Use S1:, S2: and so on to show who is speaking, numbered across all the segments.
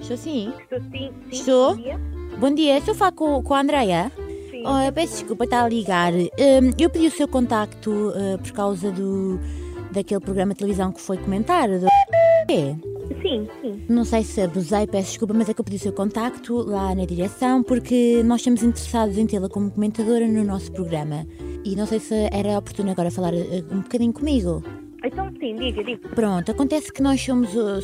S1: Estou sim.
S2: Estou sim. Então, sim
S1: Estou?
S2: bom dia.
S1: Bom dia, estou a falar com, com a Andrea.
S2: Sim.
S1: Oh, eu peço desculpa estar a ligar. Hum, eu pedi o seu contacto eh, por causa do daquele programa de televisão que foi comentar. do- É.
S2: Sim, sim.
S1: Não sei se abusei, peço desculpa, mas é que eu pedi o seu contacto lá na direção porque nós estamos interessados em tê-la como comentadora no nosso programa. E não sei se era oportuno agora falar eh, um bocadinho comigo.
S2: Então sim, diga, diga.
S1: Pronto, acontece que nós somos o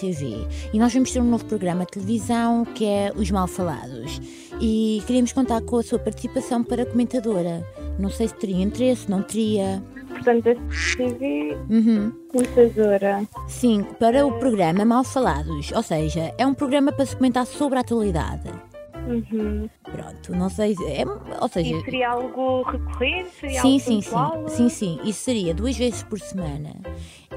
S1: TV e nós vamos ter um novo programa de televisão que é Os Mal Falados e queríamos contar com a sua participação para comentadora. Não sei se teria interesse, não teria.
S2: Portanto, é a TV
S1: Uhum.
S2: comentadora.
S1: Sim, para o programa Mal Falados, ou seja, é um programa para se comentar sobre a atualidade.
S2: Uhum.
S1: Pronto, não sei, se- é, ou seja,
S2: E seria algo recorrente? Seria
S1: Sim, sim,
S2: algo
S1: sim,
S2: pontual? é?
S1: sim, sim. Isso seria duas vezes por semana.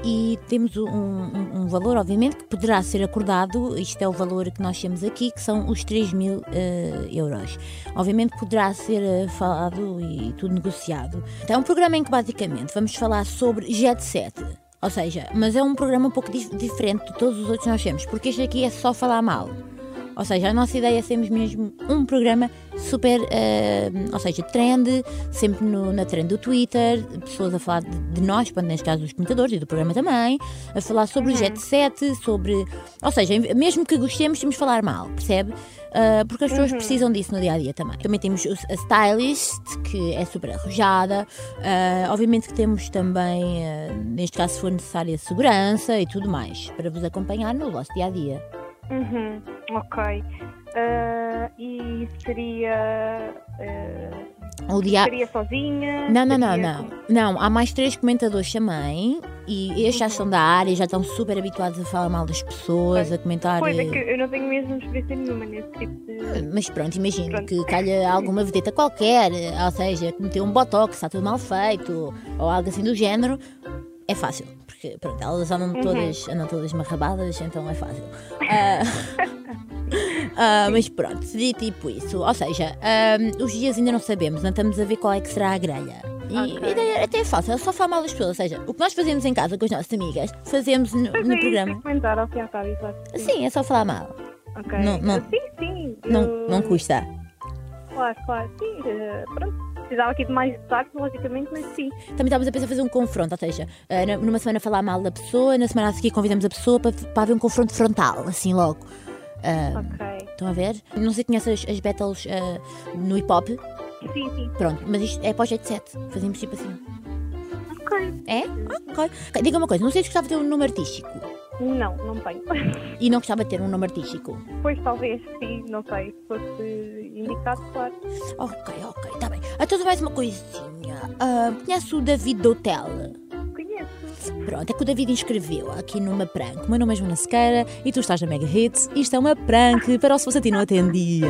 S1: E temos um, um- um valor, obviamente, que poderá ser acordado. Isto é o valor que nós temos aqui, que são os 3 mil eh, euros. Obviamente poderá ser eh, falado e tudo negociado. Então, é um programa em que basicamente vamos falar sobre Jet Set. Ou seja, mas é um programa um pouco dif- diferente de todos os outros que nós temos, porque este aqui é só falar mal. Ou seja, a nossa ideia é sermos mesmo um programa super, eh, ou seja, trend, sempre no- na trend do Twitter, pessoas a falar de, de nós, portanto, neste caso dos comentadores e do programa também, a falar sobre o Jet 7, sobre. Ou seja, em- mesmo que gostemos, temos de falar mal, percebe? Ah, porque as pessoas precisam disso no dia a dia também. Também temos o- a stylist, que é super arrojada, ah, obviamente que temos também, ah, neste caso, se for necessária, segurança e tudo mais, para vos acompanhar no vosso dia a dia.
S2: Uhum. Ok. Ah, e seria. ah,
S1: O dia...
S2: seria sozinha?
S1: Não, não, não,
S2: Seria
S1: não.
S2: com-
S1: Não, há mais três comentadores também. E estes já são da área, já estão super habituados a falar mal das pessoas, a comentar.
S2: Pois é
S1: eh,
S2: que eu não tenho mesmo experiência nenhuma nesse tipo de.
S1: Mas pronto, imagino
S2: Pronto.
S1: que calha alguma vedeta qualquer, eh, ou seja, que meteu um botox, está tudo mal feito, ou algo assim do género, é fácil. Porque pronto, elas andam
S2: Uhum.
S1: todas, andam todas marrabadas, então é fácil. Ah, ah, mas pronto, seria tipo isso. Ou seja, ah, os dias ainda não sabemos, não estamos a ver qual é que será a grelha. E
S2: Ok.
S1: e daí até é fácil, é só falar mal das pessoas. Ou seja, o que nós fazemos em casa com as nossas amigas, fazemos no,
S2: Mas
S1: no
S2: é isso, é
S1: programa.
S2: comentar ao fim e ao cabo, exato.
S1: Sim, é só falar mal.
S2: Ok.
S1: Não- não-
S2: Sim, sim.
S1: Não,
S2: eu-
S1: não custa.
S2: Claro, claro, sim. eh, Pronto, precisava aqui de mais detalhes, logicamente, mas sim.
S1: Também estávamos a pensar em fazer um confronto, ou seja, eh, na- numa semana falar mal da pessoa, na semana a seguir convidamos a pessoa para, para haver um confronto frontal, assim logo. Ah,
S2: Ok.
S1: Estão a ver? Não sei se conheces as, as battles ah, no hip hop,
S2: Sim, sim.
S1: pronto, mas isto é pós 7 fazemos tipo assim.
S2: Ok.
S1: É? Ok. Ok, Diga uma coisa, não sei se gostava de ter um nome artístico
S2: Não, não tenho.
S1: e não gostava de ter um nome artístico.
S2: Pois talvez, sim, não sei. Se fosse indicado, claro.
S1: Ok, ok, está bem. Então só mais uma coisinha. Ah, conhece o David Dotel?
S2: Conheço.
S1: Pronto, é que o David inscreveu aqui numa prank. O meu nome é Joana Sequeira e tu estás na Mega Hits. Isto é uma prank para o Se Você Ti Não Atendia.